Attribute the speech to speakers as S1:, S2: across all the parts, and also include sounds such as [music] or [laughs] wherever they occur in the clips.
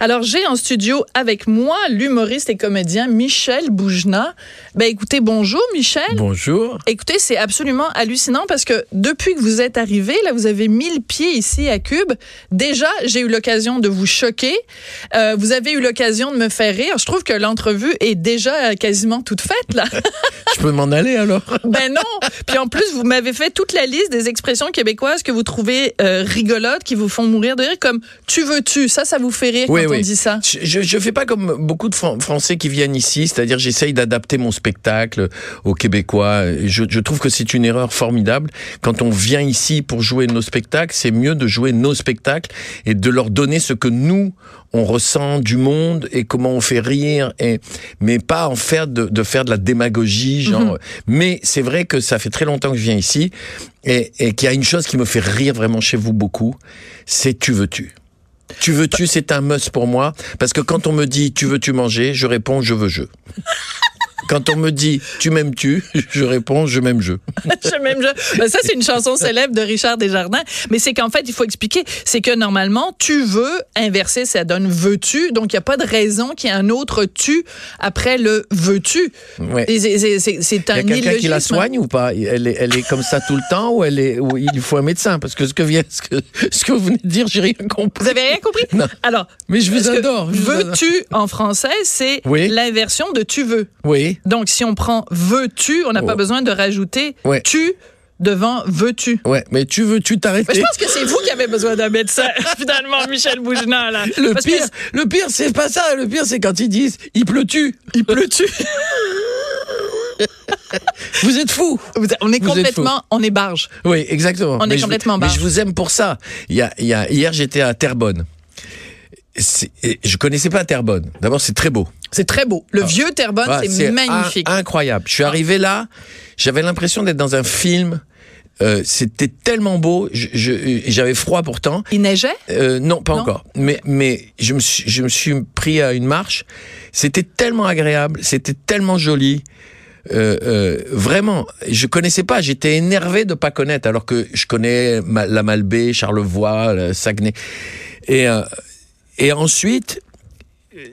S1: Alors, j'ai en studio avec moi l'humoriste et comédien Michel Boujna. Ben, écoutez, bonjour Michel.
S2: Bonjour.
S1: Écoutez, c'est absolument hallucinant parce que depuis que vous êtes arrivé, là, vous avez mis le pied ici à Cube. Déjà, j'ai eu l'occasion de vous choquer. Euh, vous avez eu l'occasion de me faire rire. Je trouve que l'entrevue est déjà quasiment toute faite,
S2: [laughs]
S1: là.
S2: Je peux m'en aller alors
S1: ben non. Puis en plus, vous m'avez fait toute la liste des expressions québécoises que vous trouvez euh, rigolotes, qui vous font mourir de rire, comme tu veux tu. Ça, ça vous fait rire
S2: Oui,
S1: quand on
S2: oui.
S1: dit ça.
S2: Je je fais pas comme beaucoup de Fran- Français qui viennent ici, c'est-à-dire j'essaye d'adapter mon spectacle aux Québécois. Je, je trouve que c'est une erreur formidable. Quand on vient ici pour jouer nos spectacles, c'est mieux de jouer nos spectacles et de leur donner ce que nous on ressent du monde et comment on fait rire, et, mais pas en faire de, de faire de la démagogie. Genre. Mais c'est vrai que ça fait très longtemps que je viens ici et, et qu'il y a une chose qui me fait rire vraiment chez vous beaucoup, c'est tu veux tu. Tu veux tu, c'est un must pour moi, parce que quand on me dit tu veux tu manger, je réponds je veux je. Quand on me dit tu m'aimes tu, je réponds je m'aime je.
S1: [laughs] Je m'aime, je- Ben, ça, c'est une chanson célèbre de Richard Desjardins. Mais c'est qu'en fait, il faut expliquer, c'est que normalement, tu veux inverser, ça donne veux-tu. Donc, il n'y a pas de raison qu'il y ait un autre tu après le veux-tu.
S2: Ouais.
S1: Et c'est- c'est- C'est c'est
S2: Il y
S1: un
S2: a quelqu'un qui la
S1: illogisme.
S2: soigne ou pas elle est, elle est comme ça tout le temps ou elle est ou il faut un médecin parce que ce que vient ce que, ce que vous venez de dire j'ai rien compris.
S1: Vous avez rien compris?
S2: Non.
S1: Alors,
S2: Mais je vous
S1: parce que
S2: adore. je vous adore.
S1: veux-tu en français, c'est
S2: Oui.
S1: l'inversion de tu veux.
S2: Oui.
S1: Donc, si on prend veux-tu, on n'a pas
S2: Oh.
S1: besoin de rajouter
S2: Ouais.
S1: tu devant veux-tu.
S2: Ouais. Mais tu veux tu
S1: Mais je
S2: t'arrêter.
S1: pense que c'est vous qui avez besoin d'un médecin, [laughs] finalement, Michel Bougenat, là.
S2: Le
S1: Parce que
S2: pire, le pire, c'est pas ça. Le pire, c'est quand ils disent, il pleut tu, il pleut tu. Vous êtes fous.
S1: Vous- On est
S2: Vous êtes
S1: complètement, on est barge.
S2: Oui, exactement.
S1: On est
S2: Mais je-
S1: complètement
S2: Mais
S1: barge.
S2: je vous aime pour ça. Il y a, il y a, hier, j'étais à Terrebonne. C'est- et Je connaissais pas Terrebonne. D'abord, c'est très beau.
S1: C'est très beau. Le vieux Terrebonne,
S2: Voilà,
S1: c'est magnifique.
S2: in- incroyable. Je suis arrivé là, j'avais l'impression d'être dans un film. Euh, C'était tellement beau. Je- je- J'avais froid pourtant.
S1: Il neigeait?
S2: Euh, non, pas
S1: Non.
S2: encore. Mais mais je me suis je me suis pris à une marche. C'était tellement agréable, c'était tellement joli. Euh, euh, vraiment, je connaissais pas. J'étais énervé de pas connaître, alors que je connais Ma- la Malbaie, Charlevoix, le Saguenay. Et euh, et ensuite,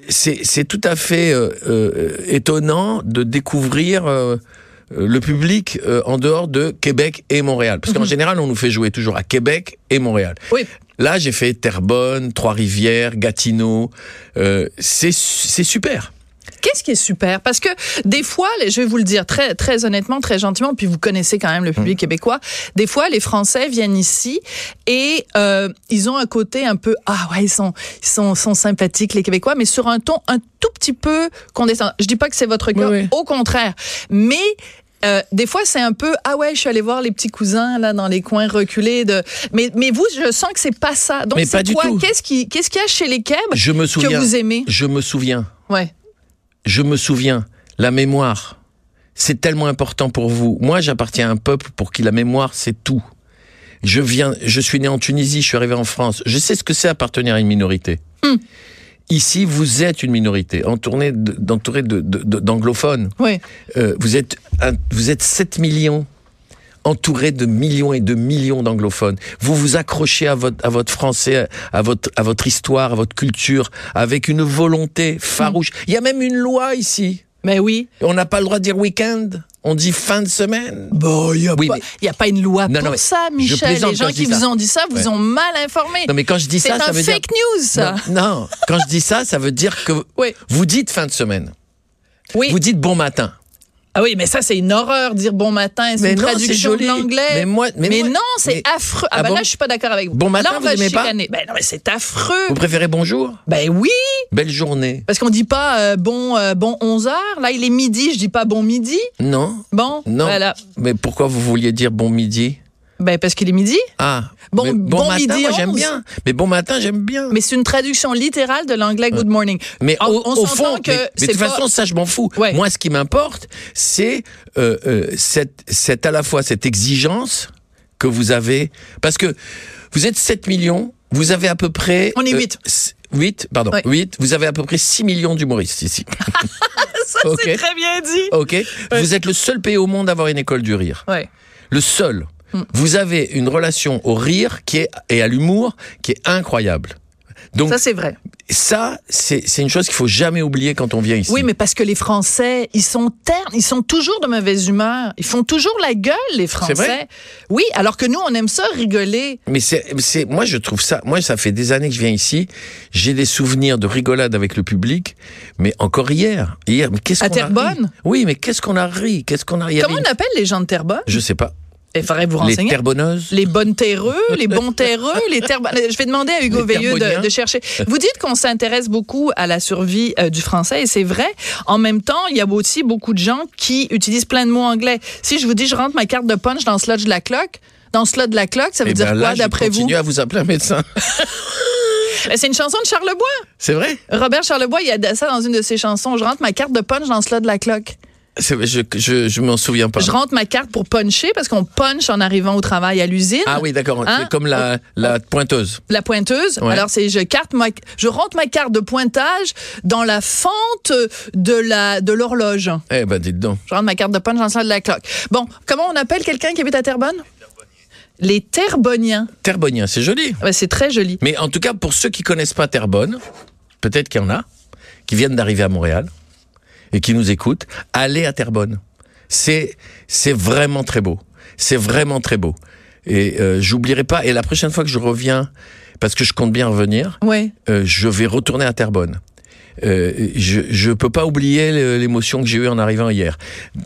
S2: c'est c'est tout à fait euh, euh, étonnant de découvrir. euh, euh, le public euh, en dehors de Québec et Montréal. Parce qu'en général, on nous fait jouer toujours à Québec et Montréal.
S1: Mhm. Oui.
S2: Là, j'ai fait Terrebonne, Trois-Rivières, Gatineau. Euh, c'est su- c'est super.
S1: Qu'est-ce qui est super? Parce que des fois, les- je vais vous le dire très, très honnêtement, très gentiment, puis vous connaissez quand même le
S2: Mm.
S1: public québécois, des fois, les Français viennent ici et euh, ils ont un côté un peu, ah ouais, ils sont, ils sont, sont sympathiques, les Québécois, mais sur un ton un tout petit peu condescendant. Je dis pas que c'est votre cas,
S2: Oui, oui.
S1: au contraire. Mais... euh, des fois, c'est un peu ah ouais, je suis allé voir les petits cousins là dans les coins reculés de. Mais mais vous, je sens que c'est pas ça. Donc
S2: Mais
S1: c'est
S2: pas du
S1: quoi
S2: tout.
S1: Qu'est-ce qui qu'est-ce qu'il y a chez les Québécois
S2: Je me
S1: que
S2: souviens.
S1: vous aimez
S2: Je me souviens.
S1: Ouais.
S2: Je me souviens. La mémoire, c'est tellement important pour vous. Moi, j'appartiens à un peuple pour qui la mémoire, c'est tout. Je viens, je suis né en Tunisie, je suis arrivé en France. Je sais ce que c'est appartenir à une minorité. Ici, vous êtes une minorité, entourée de- d'entourée de- de- de- d'anglophones.
S1: Ouais.
S2: Euh, vous êtes un- vous êtes 7 millions entourés de millions et de millions d'anglophones. Vous vous accrochez à votre à votre français, à votre à votre histoire, à votre culture avec une volonté farouche.
S1: Mm.
S2: Il y a même une loi ici.
S1: Mais Ben oui.
S2: On n'a pas le droit de dire week-end. On dit fin de semaine.
S1: Bon, il n'y a,
S2: Oui,
S1: pas-
S2: mais-
S1: y a pas une loi
S2: Non, non,
S1: pour
S2: mais
S1: ça,
S2: je
S1: Michel.
S2: plaisante
S1: Les gens
S2: quand je
S1: qui
S2: dis
S1: vous
S2: ça.
S1: ont dit ça vous
S2: Ouais.
S1: ont mal informé.
S2: Non mais quand je dis
S1: C'est
S2: ça, ça
S1: un
S2: veut
S1: fake
S2: dire
S1: news, ça.
S2: Non, non. quand je dis ça, ça veut dire que
S1: Oui.
S2: vous dites fin de semaine.
S1: Oui.
S2: Vous dites bon matin.
S1: Ah oui, mais ça, c'est une horreur, dire bon matin. C'est
S2: Mais
S1: une
S2: non,
S1: traduction
S2: c'est
S1: de
S2: joli.
S1: l'anglais.
S2: Mais moi- mais moi-
S1: non, c'est
S2: mais-
S1: affreux. Ah,
S2: Ah
S1: ben
S2: bon
S1: là, je suis pas d'accord avec vous.
S2: Bon matin,
S1: là, on
S2: vous
S1: va
S2: aimez pas
S1: chicaner. Ben non, mais c'est affreux.
S2: Vous préférez bonjour
S1: Ben oui,
S2: Belle journée.
S1: parce qu'on dit pas euh, bon euh, bon 11 heures. Là, il est midi, je dis pas bon midi.
S2: Non.
S1: Bon,
S2: Non.
S1: voilà.
S2: Mais pourquoi vous vouliez dire bon midi
S1: Ben parce qu'il est midi.
S2: Ah,
S1: Bon-
S2: mais
S1: bon
S2: matin,
S1: midi
S2: moi, j'aime
S1: 11.
S2: bien. Mais bon matin, j'aime bien. Mais,
S1: Mais c'est une traduction littérale de l'anglais good morning. on-
S2: au,
S1: on
S2: au
S1: s'entend
S2: fond,
S1: que
S2: mais, mais
S1: c'est
S2: de toute
S1: pas-
S2: façon, ça, je m'en fous.
S1: Ouais.
S2: Moi, ce qui m'importe, c'est euh, euh, cette, cette, à la fois cette exigence que vous avez, parce que vous êtes 7 millions, vous avez à peu près...
S1: On est huit.
S2: 8, pardon,
S1: Ouais.
S2: 8, vous avez à peu près 6 millions
S1: [laughs]
S2: d'humoristes ici.
S1: Ça,
S2: Ok. Oh.
S1: c'est très bien dit.
S2: OK Vous êtes le seul pays au monde à avoir une école du rire.
S1: Ouais.
S2: Le seul.
S1: Mm.
S2: Vous avez une relation au rire qui est, et à l'humour qui est incroyable. Donc,
S1: Ça, c'est vrai.
S2: ça, c'est c'est une chose qu'il faut jamais oublier quand on vient ici.
S1: Oui, mais parce que les Français, ils sont ternes, ils sont toujours de mauvaise humeur. Ils font toujours la gueule, les Français.
S2: vrai?
S1: Oui, alors que nous, on aime ça rigoler.
S2: Mais c'est, c'est, moi je trouve ça, moi ça fait des années que je viens ici, j'ai des souvenirs de rigolade avec le public, mais encore hier, hier, mais qu'est-ce
S1: À
S2: qu'on a ri
S1: Terrebonne
S2: Oui, mais qu'est-ce qu'on a ri Qu'est-ce qu'on a ri Il y
S1: Comment
S2: avait
S1: on appelle les gens de Terrebonne?
S2: une- Je sais pas.
S1: Il faudrait vous
S2: Les
S1: renseigner.
S2: Terrebonneuses
S1: les bonnes terreux, les
S2: [laughs]
S1: bons terreux, les terres. Je vais demander à Hugo
S2: Les
S1: Veilleux de,
S2: Terrebonniens.
S1: de chercher. Vous dites qu'on s'intéresse beaucoup à la survie euh, du français et c'est vrai. En même temps, il y a aussi beaucoup de gens qui utilisent plein de mots anglais. Si je vous dis, je rentre ma carte de punch dans slot de la cloque. Dans slot de la cloque, ça veut
S2: Eh
S1: dire
S2: ben là,
S1: quoi
S2: je
S1: d'après vous
S2: continue à vous appeler un médecin.
S1: Ben, C'est une chanson de Charlebois.
S2: C'est vrai
S1: Robert Charlebois, il y a ça dans une de ses chansons. Je rentre ma carte de punch dans slot de la cloque.
S2: C'est- Je, je, je m'en souviens pas.
S1: Je rentre ma carte pour puncher parce qu'on punch en arrivant au travail à l'usine.
S2: Ah oui, d'accord,
S1: Hein
S2: c'est comme la, la pointeuse.
S1: la pointeuse.
S2: Ouais.
S1: Alors c'est je carte ma, je rentre ma carte de pointage dans la fente de la de l'horloge.
S2: Eh ben dites donc.
S1: Je rentre ma carte de punch dans le sens de la cloque. Bon, comment on appelle quelqu'un qui habite à Terrebonne Les Terrebonniens.
S2: Terrebonnien, c'est joli.
S1: Ah ben, c'est très joli.
S2: Mais en tout cas, pour ceux qui connaissent pas Terrebonne, peut-être qu'il y en a, qui viennent d'arriver à Montréal et qui nous écoutent, allez à Terrebonne. C'est c'est vraiment très beau. C'est vraiment très beau. Et euh, j'oublierai pas. Et la prochaine fois que je reviens, parce que je compte bien revenir,
S1: Ouais.
S2: euh, je vais retourner à Terrebonne. Euh, je je peux pas oublier le- l'émotion que j'ai eue en arrivant hier.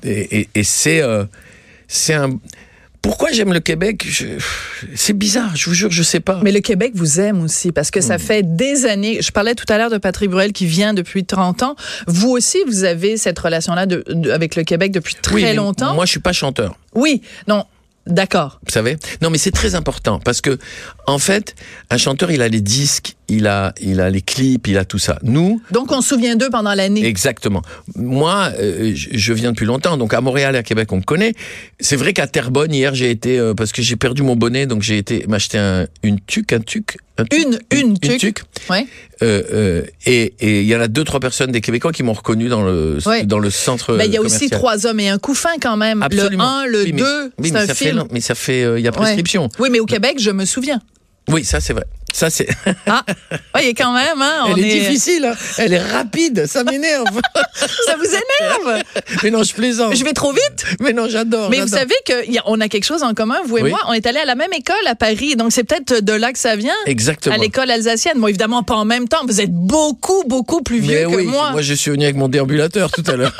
S2: Et, et- et c'est euh, c'est un. Pourquoi j'aime le Québec Je- C'est bizarre. Je vous jure, je sais pas.
S1: Mais le Québec vous aime aussi parce que
S2: Hmm.
S1: ça fait des années. Je parlais tout à l'heure de Patrick Bruel qui vient depuis 30 ans. Vous aussi, vous avez cette relation-là de- de- avec le Québec depuis très
S2: Oui, mais
S1: longtemps.
S2: Moi, je suis pas chanteur.
S1: Oui, non, d'accord.
S2: Vous savez Non, mais c'est très important parce que, en fait, un chanteur, il a les disques, il a, il a les clips, il a tout ça. Nous,
S1: Donc on se souvient d'eux pendant l'année.
S2: exactement. Moi, euh, je je viens depuis longtemps, donc à Montréal et à Québec, on me connaît. C'est vrai qu'à Terrebonne hier, j'ai été euh, parce que j'ai perdu mon bonnet, donc j'ai été m'acheter un, une tuque, un tuque, un tuque,
S1: Une, une, tuque.
S2: tuque.
S1: Ouais.
S2: Euh, euh, et et il y en a deux, trois personnes des Québécois qui m'ont reconnu dans le
S1: Ouais.
S2: dans le centre.
S1: Ben, il y a
S2: commercial.
S1: aussi trois hommes et un couffin quand même.
S2: Absolument.
S1: Le 1, le
S2: Oui, mais-
S1: 2,
S2: oui,
S1: c'est
S2: mais
S1: un
S2: ça fait
S1: film.
S2: long- mais ça fait, euh, il y a
S1: Ouais.
S2: prescription.
S1: Oui, mais au Québec, je me souviens.
S2: Oui, ça c'est vrai. Ça c'est.
S1: Ah, voyez quand même, hein, on
S2: Elle est, difficile, hein. elle est rapide, ça
S1: [laughs]
S2: m'énerve.
S1: ça vous
S2: [laughs]
S1: énerve.
S2: mais non, je plaisante.
S1: Je vais trop vite.
S2: Mais non, j'adore.
S1: Mais vous
S2: j'adore.
S1: savez qu'on a quelque chose en commun, vous et
S2: Oui.
S1: moi. On est allés à la même école à Paris, donc c'est peut-être de là que ça vient.
S2: Exactement.
S1: À l'école alsacienne. Bon, évidemment, pas en même temps. Vous êtes beaucoup, beaucoup plus vieux
S2: Mais
S1: que
S2: oui,
S1: moi.
S2: je suis venu avec mon déambulateur tout
S1: [laughs]
S2: à l'heure.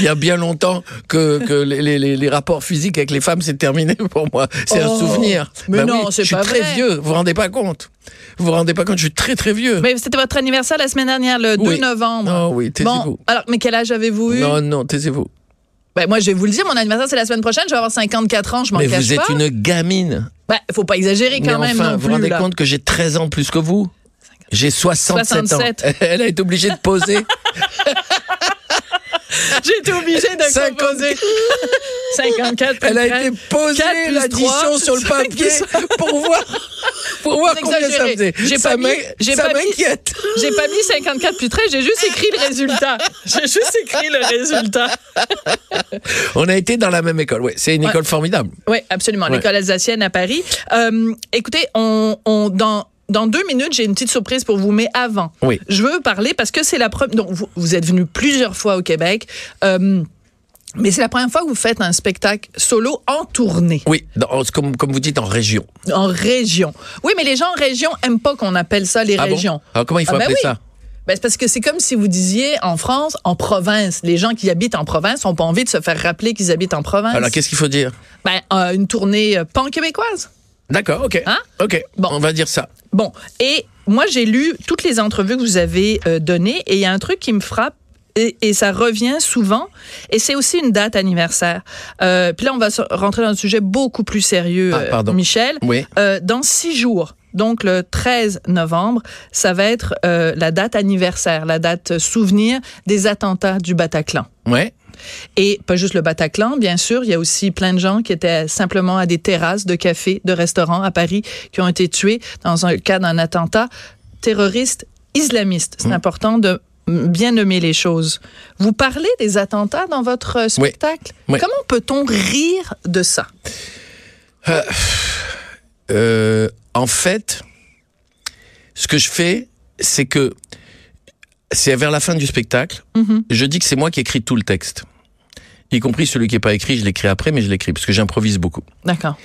S2: Il y a bien longtemps que, que les, les- les- les rapports physiques avec les femmes, c'est terminé pour moi. C'est
S1: Oh,
S2: un souvenir.
S1: mais
S2: Bah
S1: non,
S2: oui,
S1: c'est
S2: Je suis
S1: pas
S2: très
S1: vrai.
S2: vieux, vous vous rendez pas compte. Vous vous rendez pas compte, je suis très très vieux.
S1: Mais c'était votre anniversaire la semaine dernière, le 2
S2: Oui.
S1: novembre.
S2: Oh oui, taisez-vous.
S1: Bon, alors, mais quel âge avez-vous eu?
S2: Non, non, taisez-vous.
S1: Ben, moi, je vais vous le dire, mon anniversaire, c'est la semaine prochaine. Je vais avoir 54 ans, je m'en
S2: Mais
S1: cache
S2: vous êtes
S1: pas.
S2: une gamine.
S1: Ben, faut pas exagérer quand
S2: Mais
S1: même
S2: enfin,
S1: non
S2: vous
S1: plus.
S2: vous rendez
S1: là.
S2: compte que j'ai 13 ans plus que vous J'ai 67,
S1: 67.
S2: ans. [laughs] Elle a été obligée de
S1: [laughs]
S2: poser.
S1: [laughs] J'ai été obligée de
S2: 50.
S1: composer. 54 plus
S2: Elle a
S1: quatre.
S2: été posée
S1: Quatre plus trois,
S2: l'addition sur le
S1: cinq
S2: papier
S1: plus
S2: pour
S1: [laughs]
S2: voir, pour voir
S1: Vous
S2: combien ça
S1: exagérez.
S2: faisait.
S1: J'ai
S2: ça
S1: pas mis-
S2: m'in-
S1: j'ai
S2: ça
S1: pas mis-
S2: m'inquiète.
S1: J'ai pas mis 54 plus 13, j'ai juste écrit le
S2: [laughs]
S1: résultat. J'ai juste écrit le résultat.
S2: On a été dans la même école. Ouais, c'est une
S1: Ouais.
S2: école formidable.
S1: Oui, absolument.
S2: Ouais.
S1: L'école alsacienne à Paris. Euh, écoutez, on, on dans dans deux minutes, j'ai une petite surprise pour vous, mais avant,
S2: Oui.
S1: je veux parler parce que c'est la première. Donc, vous, vous êtes venu plusieurs fois au Québec, euh, mais c'est la première fois que vous faites un spectacle solo en tournée,
S2: Oui, dans- comme, comme vous dites, en région.
S1: en région. Oui, mais les gens en région aiment pas qu'on appelle ça les
S2: Ah bon
S1: régions.
S2: Alors comment il faut
S1: Ah ben
S2: appeler
S1: oui.
S2: ça
S1: Ben, c'est parce que c'est comme si vous disiez en France, en province. Les gens qui habitent en province n'ont pas envie de se faire rappeler qu'ils habitent en province.
S2: Alors qu'est-ce qu'il faut dire
S1: Ben, euh, une tournée euh, pan-québécoise.
S2: D'accord, ok.
S1: Hein
S2: ok,
S1: Bon.
S2: on va dire ça.
S1: Bon, et moi, j'ai lu toutes les entrevues que vous avez euh, données et il y a un truc qui me frappe. Et, et ça revient souvent, et c'est aussi une date anniversaire. Euh, Puis là, on va se- rentrer dans un sujet beaucoup plus sérieux,
S2: Ah,
S1: euh,
S2: pardon.
S1: Michel.
S2: Oui.
S1: Euh, dans six jours, donc le 13 novembre, ça va être euh, la date anniversaire, la date souvenir des attentats du Bataclan.
S2: Ouais.
S1: Et pas juste le Bataclan, bien sûr, il y a aussi plein de gens qui étaient simplement à des terrasses de cafés, de restaurants à Paris, qui ont été tués dans un cas d'un attentat terroriste islamiste.
S2: Mmh.
S1: C'est important de mm, bien nommer les choses. Vous parlez des attentats dans votre euh,
S2: Oui.
S1: spectacle.
S2: Oui.
S1: Comment peut-on rire de ça?
S2: [sighs] Euh, en fait, euh, ce que je fais, c'est que c'est vers la fin du spectacle,
S1: Mhm.
S2: je dis que c'est moi qui écris tout le texte. Y compris celui qui n'est pas écrit, je l'écris après, mais je l'écris parce que j'improvise beaucoup.
S1: D'accord.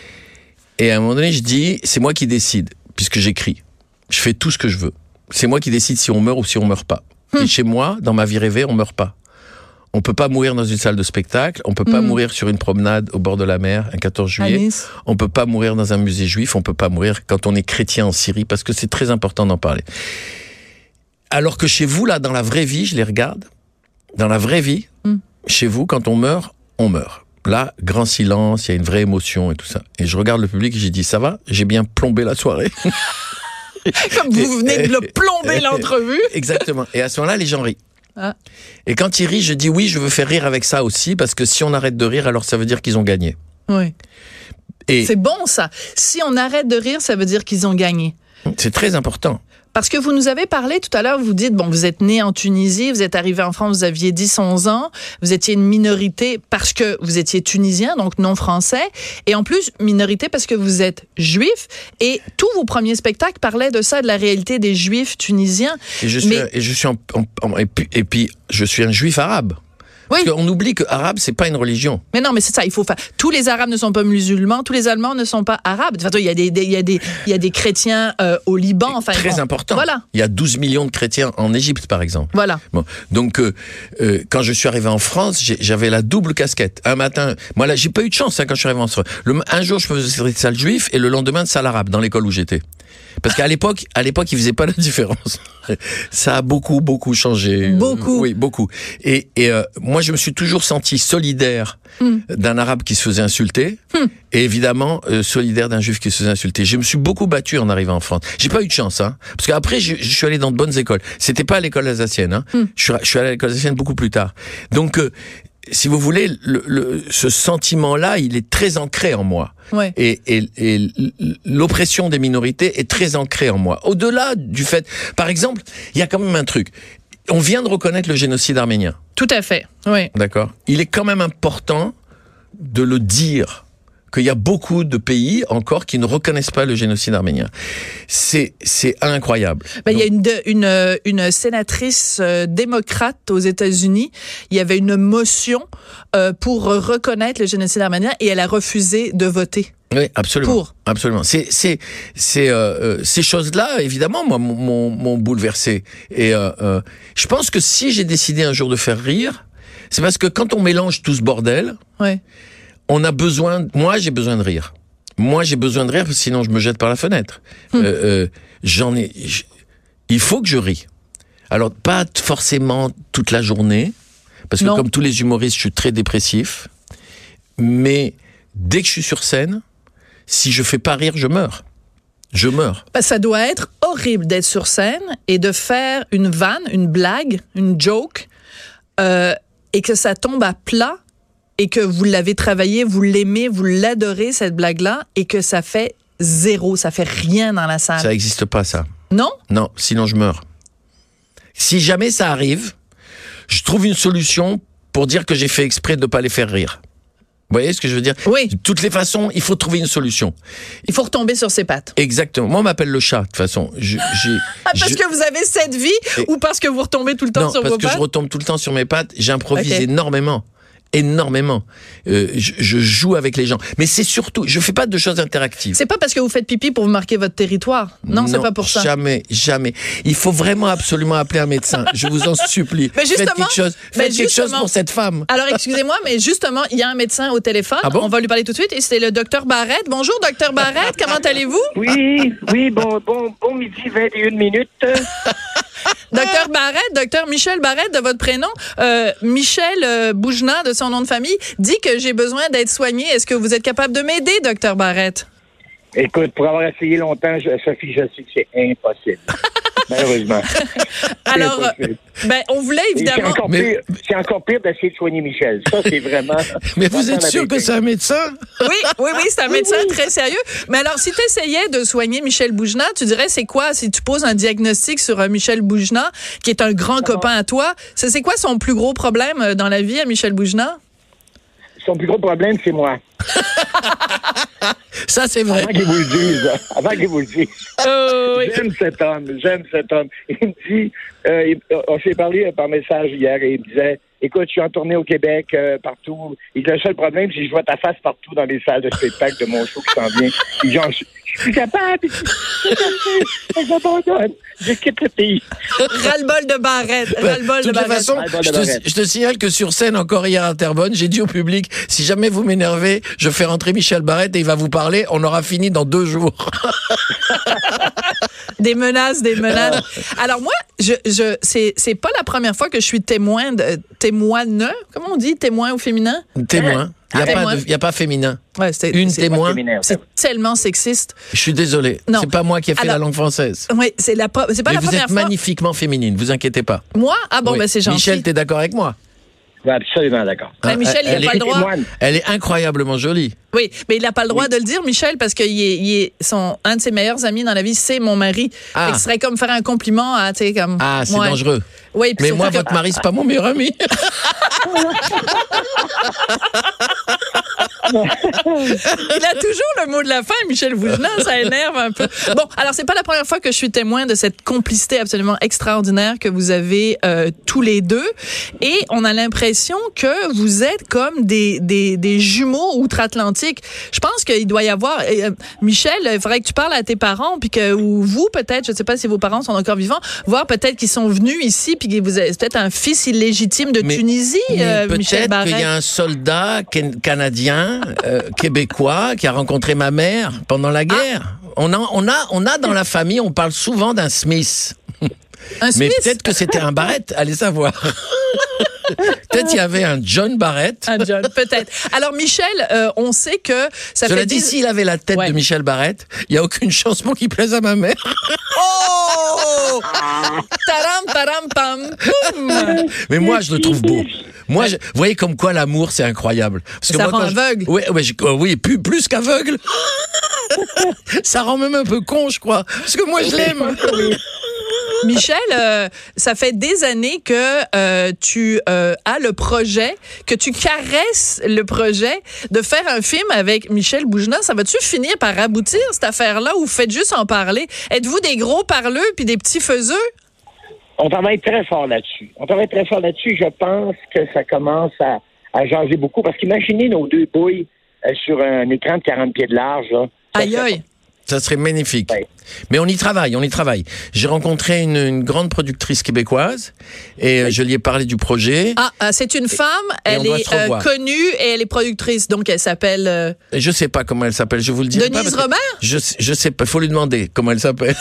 S2: Et à un moment donné, je dis, c'est moi qui décide, puisque j'écris. Je fais tout ce que je veux. C'est moi qui décide si on meurt ou si on meurt pas.
S1: Hmm.
S2: Et chez moi, dans ma vie rêvée, on meurt pas. On peut pas mourir dans une salle de spectacle, on peut pas
S1: Hmm.
S2: mourir sur une promenade au bord de la mer un 14
S1: À
S2: juillet, [laughs]
S1: Nice.
S2: on peut pas mourir dans un musée juif, on peut pas mourir quand on est chrétien en Syrie, parce que c'est très important d'en parler. Alors que chez vous, là, dans la vraie vie, je les regarde, dans la vraie vie,
S1: Hmm.
S2: chez vous, quand on meurt, on meurt. Là, grand silence, il y a une vraie émotion et tout ça. Et je regarde le public et j'ai dit, ça va, j'ai bien plombé la soirée.
S1: Comme vous venez de le
S2: [laughs]
S1: plomber l'entrevue.
S2: Exactement. Et à ce moment-là, les gens rient.
S1: Ah.
S2: Et quand ils rient, je dis oui, je veux faire rire avec ça aussi, parce que si on arrête de rire, alors ça veut dire qu'ils ont gagné.
S1: Oui.
S2: Et
S1: C'est bon, ça. Si on arrête de rire, ça veut dire qu'ils ont gagné.
S2: c'est très important.
S1: Parce que vous nous avez parlé tout à l'heure, vous dites, bon, vous êtes né en Tunisie, vous êtes arrivé en France, vous aviez 10-11 ans, vous étiez une minorité parce que vous étiez tunisien, donc non français, et en plus, minorité parce que vous êtes juif, et tous vos premiers spectacles parlaient de ça, de la réalité des juifs tunisiens.
S2: Et je suis,
S1: Mais-
S2: un- et je suis en- en- en- et, puis, et puis, je suis un juif arabe.
S1: Oui.
S2: Parce qu'on oublie que arabe, c'est pas une religion.
S1: Mais non, mais c'est ça, il faut faire. Tous les Arabes ne sont pas musulmans, tous les Allemands ne sont pas arabes. De toute façon, il y a des, des- il y a des, il y a des chrétiens euh, au Liban, enfin.
S2: Très
S1: bon,
S2: important.
S1: Voilà.
S2: Il y a 12 millions de chrétiens en Égypte, par exemple.
S1: Voilà.
S2: Bon. Donc, euh, euh, quand je suis arrivé en France, j'ai- j'avais la double casquette. Un matin, moi là, j'ai pas eu de chance hein, quand je suis arrivé en France. Le m- un jour, je faisais de salle juif et le lendemain de salle arabe dans l'école où j'étais. Parce qu'à l'époque, à l'époque, ils faisaient pas la différence. [laughs] Ça a beaucoup, beaucoup changé.
S1: Beaucoup.
S2: Oui, beaucoup. Et, et euh, moi, je me suis toujours senti solidaire d'un arabe qui se faisait insulter et évidemment euh, solidaire d'un juif qui se faisait insulter. Je me suis beaucoup battu en arrivant en France. J'ai pas eu de chance, hein, parce qu'après je, je suis allé dans de bonnes écoles. C'était pas à l'école alsacienne. Hein. Je, suis, je suis allé à l'école alsacienne beaucoup plus tard. Donc, euh, si vous voulez, le, le- ce sentiment-là, il est très ancré en moi.
S1: Ouais.
S2: Et, et- et l- l'oppression des minorités est très ancrée en moi. Au-delà du fait, par exemple, il y a quand même un truc. On vient de reconnaître le génocide arménien.
S1: Tout à fait. Oui.
S2: D'accord. Il est quand même important de le dire qu'il y a beaucoup de pays encore qui ne reconnaissent pas le génocide arménien. C'est c'est incroyable.
S1: Ben, il y a une, de- une, euh, une sénatrice euh, démocrate aux États-Unis. Il y avait une motion euh, pour reconnaître le génocide arménien et elle a refusé de voter
S2: Oui, absolument.
S1: pour.
S2: Absolument. C'est c'est c'est euh, euh, ces choses-là, évidemment, moi, m'ont- m'ont m'ont bouleversé. Et euh, euh, je pense que si j'ai décidé un jour de faire rire, c'est parce que quand on mélange tout ce bordel,
S1: Ouais.
S2: on a besoin. Moi, j'ai besoin de rire. Moi, j'ai besoin de rire, parce que sinon je me jette par la fenêtre. Euh, euh, J'en ai. j- Il faut que je rie. Alors, pas t- forcément toute la journée, parce que
S1: Non.
S2: comme tous les humoristes, je suis très dépressif. Mais dès que je suis sur scène, si je fais pas rire, je meurs. Je meurs.
S1: Ben, ça doit être horrible d'être sur scène et de faire une vanne, une blague, une joke, euh, et que ça tombe à plat et que vous l'avez travaillé, vous l'aimez, vous l'adorez, cette blague-là, et que ça fait zéro, ça fait rien dans la salle.
S2: Ça n'existe pas, ça.
S1: Non?
S2: Non, sinon je meurs. Si jamais ça arrive, je trouve une solution pour dire que j'ai fait exprès de ne pas les faire rire. Vous voyez ce que je veux dire
S1: Oui.
S2: De toutes les façons, il faut trouver une solution.
S1: Il faut retomber sur ses pattes.
S2: Exactement. Moi, on m'appelle le chat, de toute façon. Je, j'ai-
S1: [laughs] Ah, parce
S2: je-
S1: que vous avez cette vie
S2: Et-
S1: ou parce que vous retombez tout le temps
S2: non,
S1: sur
S2: parce
S1: vos
S2: que je
S1: pattes?
S2: retombe tout le temps sur mes pattes. J'improvise
S1: Ok.
S2: énormément. Énormément. Euh, je, je joue avec les gens. Mais c'est surtout, je fais pas de choses interactives.
S1: C'est pas parce que vous faites pipi pour vous marquer votre territoire. Non, c'est pas pour ça.
S2: Jamais, jamais. Il faut vraiment absolument appeler
S1: [laughs]
S2: un médecin. Je vous en supplie.
S1: Mais justement,
S2: faites quelque chose,
S1: mais
S2: faites quelque chose
S1: justement.
S2: pour cette femme.
S1: Alors, excusez-moi, mais justement, il y a un médecin au téléphone.
S2: Ah bon
S1: On va lui parler tout de suite. Et c'est le docteur Barrette. Bonjour, docteur Barrette.
S3: [laughs]
S1: Comment allez-vous?
S3: Oui, oui, bon, bon, bon midi, 21 minutes.
S1: Docteur
S3: Ah.
S1: Barrette, docteur Michel Barrette, de votre prénom, euh, Michel euh, Boujna, de son nom de famille, dit que j'ai besoin d'être soigné. Est-ce que vous êtes capable de m'aider, docteur Barrette?
S3: Écoute, pour avoir essayé longtemps, je- Sophie, je sais que c'est [laughs] impossible. Malheureusement. Ah, C'est
S1: Alors, euh,
S3: impossible.
S1: ben, on voulait
S3: Et c'est
S1: évidemment...
S3: encore,
S2: Mais-
S3: pire- c'est encore pire d'essayer de soigner Michel. Ça, c'est vraiment.
S2: Mais vous
S3: Attends
S2: êtes
S3: la
S2: sûr que
S3: bébé.
S2: c'est un médecin
S1: Oui, oui, oui, c'est un médecin très sérieux. Mais alors, si tu essayais de soigner Michel Boujna, tu dirais, c'est quoi, si tu poses un diagnostic sur euh, Michel Boujna, qui est un grand copain à toi, c'est c'est quoi son plus gros problème euh, dans la vie à Michel Boujna?
S3: son plus gros problème, c'est moi.
S2: Ça, c'est vrai.
S3: Avant qu'il vous le dise. Avant qu'il vous le dise.
S1: Euh, oui.
S3: J'aime cet homme, j'aime cet homme. Il me dit, euh, il- on s'est parlé par message hier et il me disait, écoute, je suis en tournée au Québec, euh, partout. Il dit, le seul problème, c'est que je vois ta face partout dans les salles de spectacle de mon show qui s'en vient. Il dit, J'en suis- je suis plus capable, je suis plus capable, j'abandonne, je quitte le pays.
S1: [laughs] Ras-le-bol de barrette. Ras-le-bol
S2: Ben, De
S1: de
S2: toute
S1: barrette.
S2: façon,
S3: Ras-le-bol de
S2: je te,
S3: Barrette.
S2: je te signale que sur scène, encore hier à Terrebonne, j'ai dit au public, si jamais vous m'énervez, je fais rentrer Michel Barrette et il va vous parler, on aura fini dans
S1: [laughs]
S2: deux jours.
S1: Des menaces, des menaces.
S2: Ah.
S1: Alors moi, je, je, c'est, c'est pas la première fois que je suis témoin de, témoigne, comment on dit, témoin au féminin?
S2: Témoin. Il
S1: Ah, témoin.
S2: n'y a, pas féminin.
S1: Ouais, c'est,
S2: Une
S1: c'est-
S2: témoin.
S3: Séminaire, ça.
S1: C'est tellement sexiste.
S2: Je suis désolé.
S1: Non.
S2: C'est pas moi qui ai fait
S1: Alors-
S2: la langue française.
S1: Oui, c'est, la, pro- c'est pas
S2: Mais
S1: la
S2: vous
S1: première
S2: êtes
S1: fois.
S2: magnifiquement féminine, vous inquiétez pas.
S1: Moi? Ah bon,
S2: Oui.
S1: ben c'est gentil.
S2: Michel, t'es d'accord avec moi
S3: Ouais, Absolument d'accord.
S1: Ben, Michel, il
S2: Ah, elle
S1: n'a pas
S2: est-
S1: le droit.
S3: Témoigne.
S2: Elle est incroyablement jolie.
S1: Oui, mais il n'a pas le droit de le dire, Michel, parce que il est, il est- son, un de ses meilleurs amis dans la vie, c'est mon mari.
S2: Ah.
S1: Fait que Ce serait comme faire un compliment à, tu sais, comme.
S2: Ah, c'est
S1: Ouais.
S2: dangereux.
S1: Oui, puis
S2: Mais
S1: surtout
S2: moi,
S1: que-
S2: votre mari, c'est pas mon meilleur ami.
S1: Il a toujours le mot de la fin, Michel Vougenin, ça énerve un peu. Bon, alors c'est pas la première fois que je suis témoin de cette complicité absolument extraordinaire que vous avez euh, tous les deux, et on a l'impression que vous êtes comme des des, des jumeaux outre-Atlantique. Je pense qu'il doit y avoir, euh, Michel, il faudrait que tu parles à tes parents, puis que ou vous peut-être, je sais pas si vos parents sont encore vivants, voir peut-être qu'ils sont venus ici, puis que vous avez c'est peut-être un fils illégitime de
S2: Mais-
S1: Tunisie,
S2: Mais
S1: euh, Michel
S2: Peut-être
S1: Barrette.
S2: qu'il y a un soldat can- canadien, euh, québécois, qui a rencontré ma mère pendant
S1: Ah.
S2: la guerre. On, a, on, a, on a dans la famille, on parle souvent d'un Smith.
S1: Un
S2: Mais
S1: Smith?
S2: peut-être que c'était un Barrett,
S1: [laughs]
S2: allez savoir. peut-être qu'il y avait un John Barrett.
S1: Un John, peut-être. Alors, Michel, euh, on sait que ça
S2: Cela
S1: fait
S2: dit,
S1: 10
S2: s'il avait la tête
S1: Ouais.
S2: de Michel Barrett, il n'y a aucune chanson qui plaise à ma mère.
S1: Oh! Taram, taram, pam, poum!
S2: Mais moi, je le trouve beau. Moi, je- vous voyez comme quoi l'amour, c'est incroyable. Parce
S1: Ça
S2: moi,
S1: rend
S2: quand je-
S1: aveugle.
S2: Ouais, ouais, je- euh, oui, plus,
S1: [laughs]
S2: plus qu'aveugle. ça rend même un peu con, je crois. Parce que moi, je l'aime.
S1: Michel, euh, ça fait des années que euh, tu euh, as le projet, que tu caresses le projet de faire un film avec Michel Boujna. Ça va-tu finir par aboutir, cette affaire-là, ou vous faites juste en parler? Êtes-vous des gros parleux puis des petits faiseux?
S3: On travaille très fort là-dessus. On travaille très fort là-dessus. Je pense que ça commence à, à jaser beaucoup. Parce qu'imaginez nos deux bouilles euh, sur un écran de 40 pieds de large. Là. Ça,
S1: Aïe,
S3: ça-
S1: aïe.
S2: Ça serait magnifique.
S3: Ouais.
S2: Mais on y travaille, on y travaille. J'ai rencontré une, une grande productrice québécoise et euh, je lui ai parlé du projet.
S1: Ah, euh, c'est une femme,
S2: Et on
S1: elle
S2: doit
S1: est
S2: se revoir.
S1: euh, connue et elle est productrice, donc elle s'appelle euh,
S2: Et Je sais pas comment elle s'appelle, je vous le dis. pas
S1: Denise
S2: parce que
S1: Robert?
S2: Je, sais- je sais pas, faut lui demander comment elle s'appelle.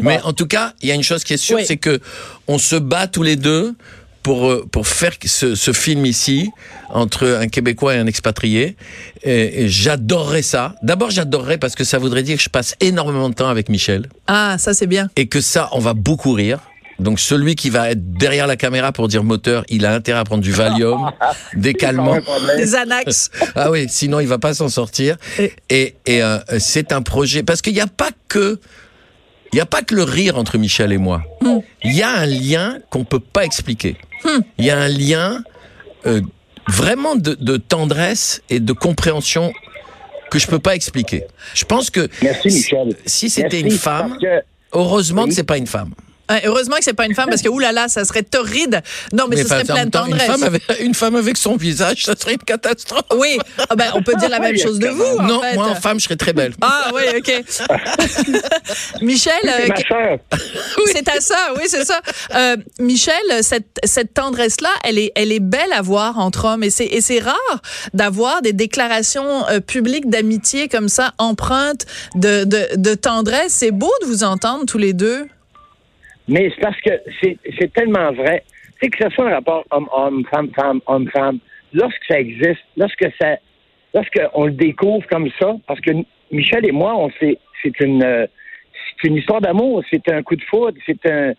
S2: Mais en tout cas, il y a une chose qui est sûre,
S1: Oui.
S2: c'est que on se bat tous les deux pour euh, pour faire ce, ce film ici entre un Québécois et un expatrié. Et, et j'adorerais ça. D'abord, j'adorerais parce que ça voudrait dire que je passe énormément de temps avec Michel
S1: Ah, ça c'est bien.
S2: et que ça, on va beaucoup rire. Donc celui qui va être derrière la caméra pour dire moteur, il a intérêt à prendre du Valium, des calmants.
S3: Pas un problème.
S1: Des anax.
S2: Ah oui, sinon il va pas s'en sortir.
S1: Et-
S2: Et, et euh, c'est un projet parce qu'il n'y a pas que il n'y a pas que le rire entre Michel et moi.
S1: Hmm.
S2: Il y a un lien qu'on peut pas expliquer. Il y a un lien euh, vraiment de, de tendresse et de compréhension que je peux pas expliquer. Je pense que
S3: Merci, Michel.
S2: si c'était une
S3: Merci,
S2: femme,
S3: parce que-
S2: heureusement que
S3: Oui.
S2: c'est pas une femme.
S1: Ouais, heureusement que c'est pas une femme parce que oulala, ça serait torride. Non, mais, ce
S2: enfin,
S1: serait plein
S2: en
S1: de
S2: même temps, une
S1: tendresse.
S2: femme, avec, une femme avec son visage, ça serait une catastrophe.
S1: Oui, Ah ben, on peut dire la même chose de vous. en
S2: non,
S1: fait.
S2: moi en femme, je serais très belle.
S1: Ah oui,
S2: [laughs]
S1: ok. Michel,
S3: C'est
S1: euh,
S3: ma sœur.
S1: c'est ta sœur, oui, c'est ça. Euh, Michel, cette, cette tendresse-là, elle est, elle est belle à voir entre hommes et c'est, et c'est rare d'avoir des déclarations euh, publiques d'amitié comme ça, empreintes de, de, de tendresse. C'est beau de vous entendre tous les deux.
S3: Mais c'est parce que c'est c'est tellement vrai. Tu sais, que ce soit un rapport homme-homme, femme-femme, homme-femme, lorsque ça existe, lorsque ça. Lorsque on le découvre comme ça, parce que Michel et moi, on s'est- c'est une, euh, c'est une histoire d'amour, c'est un coup de foudre, c'est un,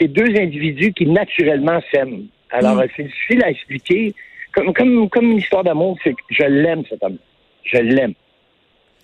S3: c'est deux individus qui naturellement s'aiment. Alors,
S1: Mm.
S3: euh, c'est difficile à expliquer. Comme, comme, comme une histoire d'amour, c'est que je l'aime, cet homme. Je l'aime.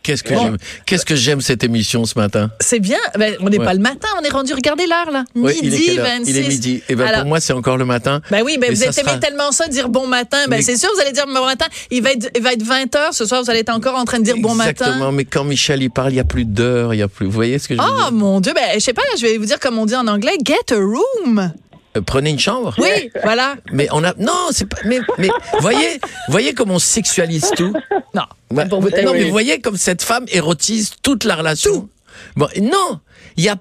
S2: Qu'est-ce que j'aime Qu'est-ce que j'aime cette émission ce matin
S1: C'est bien. Ben, on n'est
S2: Ouais.
S1: pas le matin, on est rendu. Regardez l'heure, là. Midi
S2: Ouais, il, est quelle heure
S1: 26.
S2: il est midi. Et ben
S1: Alors-
S2: pour moi, c'est encore le matin.
S1: Ben oui, ben
S2: Et
S1: vous
S2: ça
S1: êtes aimé
S2: sera-
S1: tellement ça, dire bon matin. Ben
S2: Mais-
S1: c'est sûr, vous allez dire bon matin. Il va être, il va être 20 heures ce soir, vous allez être encore en train de dire bon matin.
S2: Exactement. Mais quand Michel il parle, il y a plus d'heures, il y a plus. Vous voyez ce que je veux
S1: Ah
S2: dire
S1: mon Dieu, ben je sais pas, je vais vous dire comme on dit en anglais, get a room.
S2: Euh, Prenez une chambre. [laughs]
S1: Oui, voilà.
S2: Mais on a non, c'est pas. Mais mais voyez, voyez comme on sexualise tout.
S1: Non.
S2: Ouais.
S1: Bon, vous
S2: non,
S1: t'avez-
S2: mais vous voyez comme cette femme érotise toute la relation. Bon, non, il y a,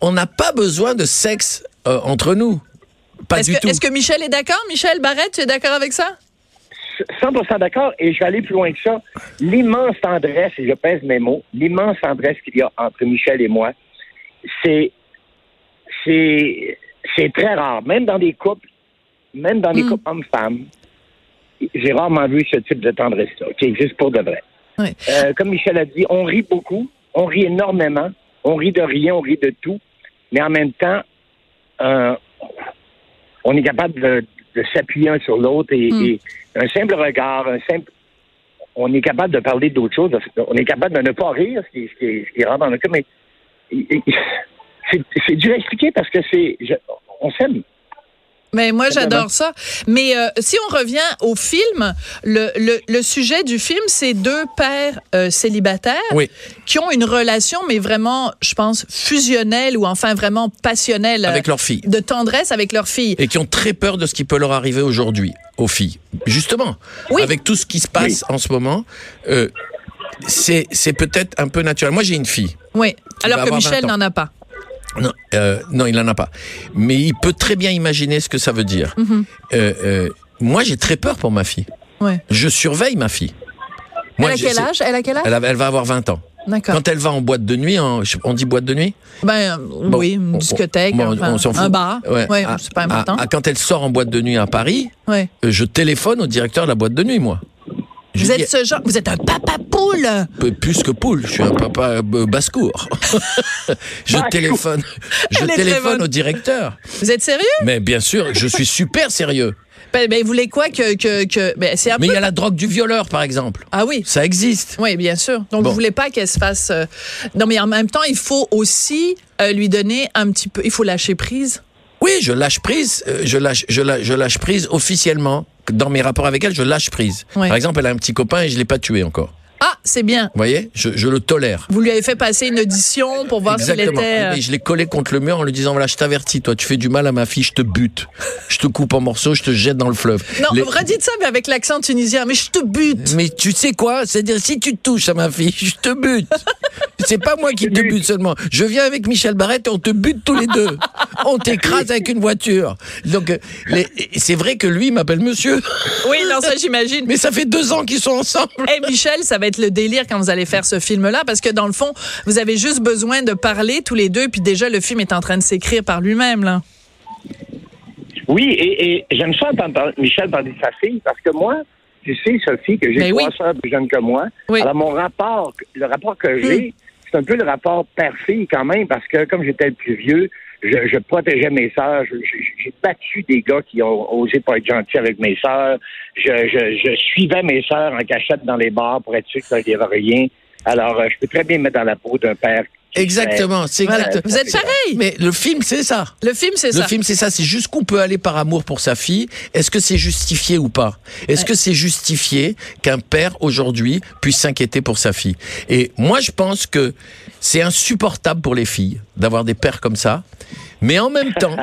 S2: on n'a pas besoin de sexe euh, entre nous, pas
S1: Est-ce
S2: du
S1: que,
S2: tout.
S1: est-ce que Michel est d'accord? Michel Barrette, tu es d'accord avec ça?
S3: 100% d'accord, et je vais aller plus loin que ça. L'immense tendresse, et je pèse mes mots, l'immense tendresse qu'il y a entre Michel et moi, c'est, c'est, c'est très rare. Même dans des couples, même dans des
S1: Mm.
S3: couples hommes-femmes, j'ai rarement vu ce type de tendresse-là, qui existe pour de vrai.
S1: Oui.
S3: Euh, comme Michel a dit, on rit beaucoup, on rit énormément, on rit de rien, on rit de tout, mais en même temps, euh, on est capable de, de s'appuyer un sur l'autre et,
S1: Mm.
S3: et un simple regard, un simple. On est capable de parler d'autre chose. On est capable de ne pas rire, ce qui, ce qui est- ce qui est rare dans le cas, mais c'est- c'est dur à expliquer parce que c'est. je- On s'aime.
S1: Mais Ben, moi,
S3: Complètement.
S1: j'adore ça. Mais euh, si on revient au film, le, le, le sujet du film, c'est deux pères euh, célibataires
S2: Oui.
S1: qui ont une relation, mais vraiment, je pense, fusionnelle ou enfin vraiment passionnelle. euh,
S2: Avec leur fille.
S1: de tendresse avec leur fille.
S2: Et qui ont très peur de ce qui peut leur arriver aujourd'hui aux filles. Justement,
S1: Oui.
S2: avec tout ce qui se passe en ce moment, euh, c'est c'est peut-être un peu naturel. Moi, j'ai une fille.
S1: Oui.
S2: va
S1: Alors que
S2: avoir 20
S1: Michel
S2: ans.
S1: n'en a pas.
S2: Non, euh, non, il n'en a pas. Mais il peut très bien imaginer ce que ça veut dire.
S1: Mhm.
S2: Euh, euh, moi, j'ai très peur pour ma fille.
S1: Ouais.
S2: Je surveille ma fille.
S1: elle a
S2: je-
S1: quel
S2: c'est-
S1: âge Elle a quel âge
S2: elle, a- elle va avoir 20 ans.
S1: D'accord.
S2: Quand elle va en boîte de nuit, en- je- on dit boîte de nuit
S1: Ben euh,
S2: Bon,
S1: oui, une
S2: on-
S1: discothèque,
S2: bon,
S1: enfin,
S2: on s'en fout. Ah,
S1: un bar. Ouais,
S2: à-
S1: c'est pas
S2: à-
S1: important.
S2: à- quand elle sort en boîte de nuit à Paris,
S1: ouais.
S2: euh, je téléphone au directeur de la boîte de nuit, moi. Je
S1: Vous
S2: lui
S1: êtes ce genre, vous êtes un papa poule.
S2: dis, plus que poule, je suis un papa euh, basse-cour.
S1: [laughs]
S2: je téléphone, je
S1: Elle est très
S2: téléphone
S1: bonne.
S2: au directeur.
S1: Vous êtes sérieux
S2: Mais bien sûr, je suis super sérieux.
S1: ben, ben, vous voulez quoi que que que ben, c'est un
S2: Mais il
S1: peu
S2: y a la drogue du violeur, par exemple.
S1: Ah oui.
S2: Ça existe.
S1: Oui, bien sûr. Donc,
S2: Bon.
S1: vous voulez pas qu'elle se fasse. euh, Non, mais en même temps, il faut aussi euh, lui donner un petit peu. Il faut lâcher prise.
S2: Oui, je lâche prise, euh, je lâche, je lâche, je lâche prise officiellement. Dans mes rapports avec elle, je lâche prise.
S1: Ouais.
S2: Par exemple, elle a un petit copain et je l'ai pas tué encore.
S1: Ah, c'est bien.
S2: Vous voyez, je, je le tolère.
S1: Vous lui avez fait passer une audition pour voir s'il
S2: Exactement.
S1: était. euh,
S2: Et je l'ai collé contre le mur en lui disant voilà, je t'avertis, toi, tu fais du mal à ma fille, je te bute, je te coupe en morceaux, je te jette dans le fleuve.
S1: Non,
S2: Les-
S1: redites ça, mais avec l'accent tunisien. Mais je te bute.
S2: Mais tu sais quoi C'est-à-dire si tu te touches à ma fille, je te bute. C'est pas moi qui te bute seulement. Je viens avec Michel Barrette et on te bute tous les deux. On t'écrase avec une voiture. Donc euh, les- c'est vrai que lui il m'appelle monsieur,
S1: Oui, non, ça, j'imagine. [laughs]
S2: mais ça fait deux ans qu'ils sont ensemble.
S1: Hey Michel, ça va être le délire quand vous allez faire ce film-là, parce que dans le fond, vous avez juste besoin de parler tous les deux, puis déjà le film est en train de s'écrire par lui-même. Là.
S3: Oui, et, et j'aime ça entendre par- Michel parler de sa fille parce que moi, tu sais, Sophie, que j'ai
S1: Ben
S3: trois
S1: oui.
S3: sœurs plus jeunes que moi.
S1: Oui. Hmm.
S3: Alors, mon rapport, le rapport que j'ai, c'est un peu le rapport père-fille quand même parce que comme j'étais le plus vieux, je, je protégeais mes sœurs. Je- je- J'ai battu des gars qui ont osé pas être gentils avec mes sœurs. Je, je, je suivais mes sœurs en cachette dans les bars pour être sûr qu'il n'y avait rien. Alors, euh, je peux très bien me mettre dans la peau d'un père. qui
S2: Exactement, c'est
S1: Voilà.
S2: exact.
S1: Vous êtes pareil.
S2: Mais le film c'est ça.
S1: Le film, c'est
S2: Le
S1: ça.
S2: film, c'est ça. C'est jusqu'où peut aller par amour pour sa fille. Est-ce que c'est justifié ou pas Est-ce que c'est justifié qu'un père aujourd'hui puisse s'inquiéter pour sa fille Et moi, je pense que c'est insupportable pour les filles d'avoir des pères comme ça. Mais en même
S1: [laughs]
S2: temps,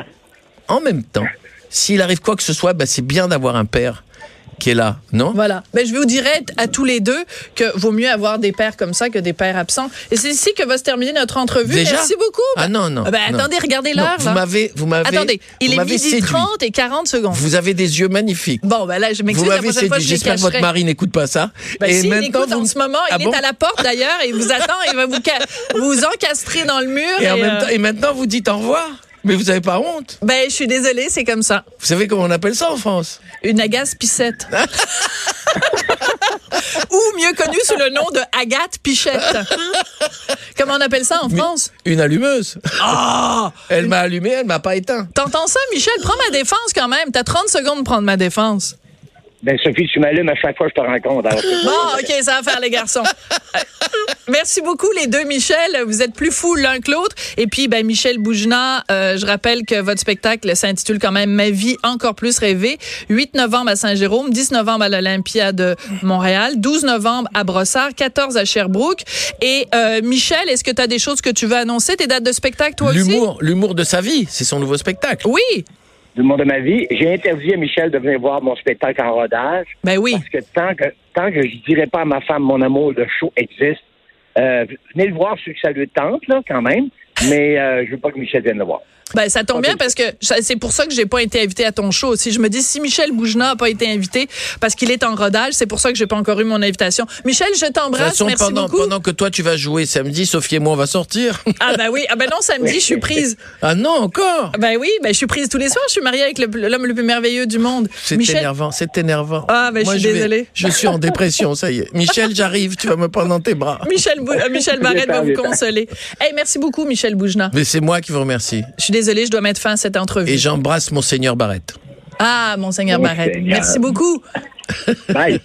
S2: en même temps, s'il arrive quoi que ce soit, ben, c'est bien d'avoir un père qui est là, non
S1: Voilà. Ben, je vous dirais à tous les deux que vaut mieux avoir des pères comme ça que des pères absents. Et c'est ici que va se terminer notre entrevue.
S2: Déjà
S1: Merci beaucoup.
S2: Ah non, non.
S1: Ah ben,
S2: non.
S1: attendez, regardez
S2: Non,
S1: l'heure.
S2: Vous
S1: là.
S2: m'avez, vous m'avez,
S1: Attendez, il
S2: vous
S1: est
S2: m'avez
S1: midi
S2: séduit.
S1: 30 et 40 secondes.
S2: Vous avez des yeux magnifiques.
S1: Bon, ben là, je
S2: Vous
S1: m'excuse. La
S2: m'avez
S1: prochaine fois,
S2: séduit.
S1: je les
S2: J'espère que votre
S1: cacherai.
S2: mari n'écoute pas ça.
S1: Ben, si, il
S2: même temps,
S1: écoute en
S2: vous-
S1: ce moment,
S2: Ah
S1: il
S2: bon
S1: est à la porte d'ailleurs, et il vous attend, et il va vous, ca- vous encastrer dans le mur.
S2: Et, en
S1: et,
S2: même
S1: euh,
S2: temps, et maintenant, vous dites au revoir. Mais vous n'avez pas honte.
S1: Ben, je suis désolée, c'est comme ça.
S2: Vous savez comment on appelle ça en France
S1: Une agace pissette.
S2: [laughs]
S1: Ou mieux connue sous le nom de Agathe Pichette. Comment on appelle ça en France?
S2: Une allumeuse.
S1: Ah
S2: [laughs] elle m'a allumé, elle m'a pas éteint.
S1: T'entends ça, Michel? Prends ma défense quand même. T'as 30 secondes de prendre ma défense.
S3: Ben, Sophie, tu m'allumes à chaque fois que je te rencontre. alors que-
S1: Bon, OK, ça va faire les garçons. Euh, Merci beaucoup les deux, Michel. Vous êtes plus fous l'un que l'autre. Et puis, ben, Michel Boujna, euh, je rappelle que votre spectacle s'intitule quand même Ma vie encore plus rêvée. 8 novembre à Saint-Jérôme, 10 novembre à l'Olympia de Montréal, 12 novembre à Brossard, 14 à Sherbrooke. Et euh, Michel, est-ce que tu as des choses que tu veux annoncer, tes dates de spectacle, toi aussi?
S2: L'humour, l'humour de sa vie, c'est son nouveau spectacle.
S1: Oui,
S3: Du monde de ma vie, j'ai interdit à Michel de venir voir mon spectacle en rodage.
S1: ben oui.
S3: Parce que tant que tant que je dirais pas à ma femme mon amour, le show existe. euh, venez le voir ceux que ça lui tente, là, quand même. Mais euh, je veux pas que Michel vienne le voir.
S1: Ben, ça tombe bien parce que ça- c'est pour ça que j'ai pas été invité à ton show. Si je me dis si Michel Boujna a pas été invité parce qu'il est en rodage, c'est pour ça que j'ai pas encore eu mon invitation. Michel, je
S2: De toute
S1: t'embrasse.
S2: façon,
S1: Merci
S2: pendant,
S1: beaucoup.
S2: pendant que toi tu vas jouer samedi, Sophie et moi on va
S1: [laughs]
S2: sortir.
S1: Ah, ben oui. Ah, ben non, samedi, je suis prise.
S2: ah non, encore
S1: Ben oui, ben je suis prise tous les soirs. Je suis mariée avec le- l'homme le plus merveilleux du monde.
S2: C'est
S1: Michel.
S2: énervant, c'est énervant.
S1: Ah, ben, je
S2: Moi,
S1: suis
S2: vais-
S1: désolée.
S2: Je suis en dépression,
S1: [laughs]
S2: ça y est. Michel, j'arrive, tu vas me prendre dans tes bras.
S1: Michel, Bou- euh,
S2: [laughs]
S1: Michel Barrette va vous
S3: J'ai peur, j'ai
S1: consoler. Hey, merci beaucoup, Michel Boujna.
S2: Mais c'est moi qui vous remercie.
S1: Je suis désolée, je dois mettre fin à cette entrevue.
S2: Et j'embrasse Monseigneur Barrette.
S1: Ah, Monseigneur
S3: Oh,
S1: Barrette.
S3: Seigneur.
S1: Merci beaucoup.
S3: Bye.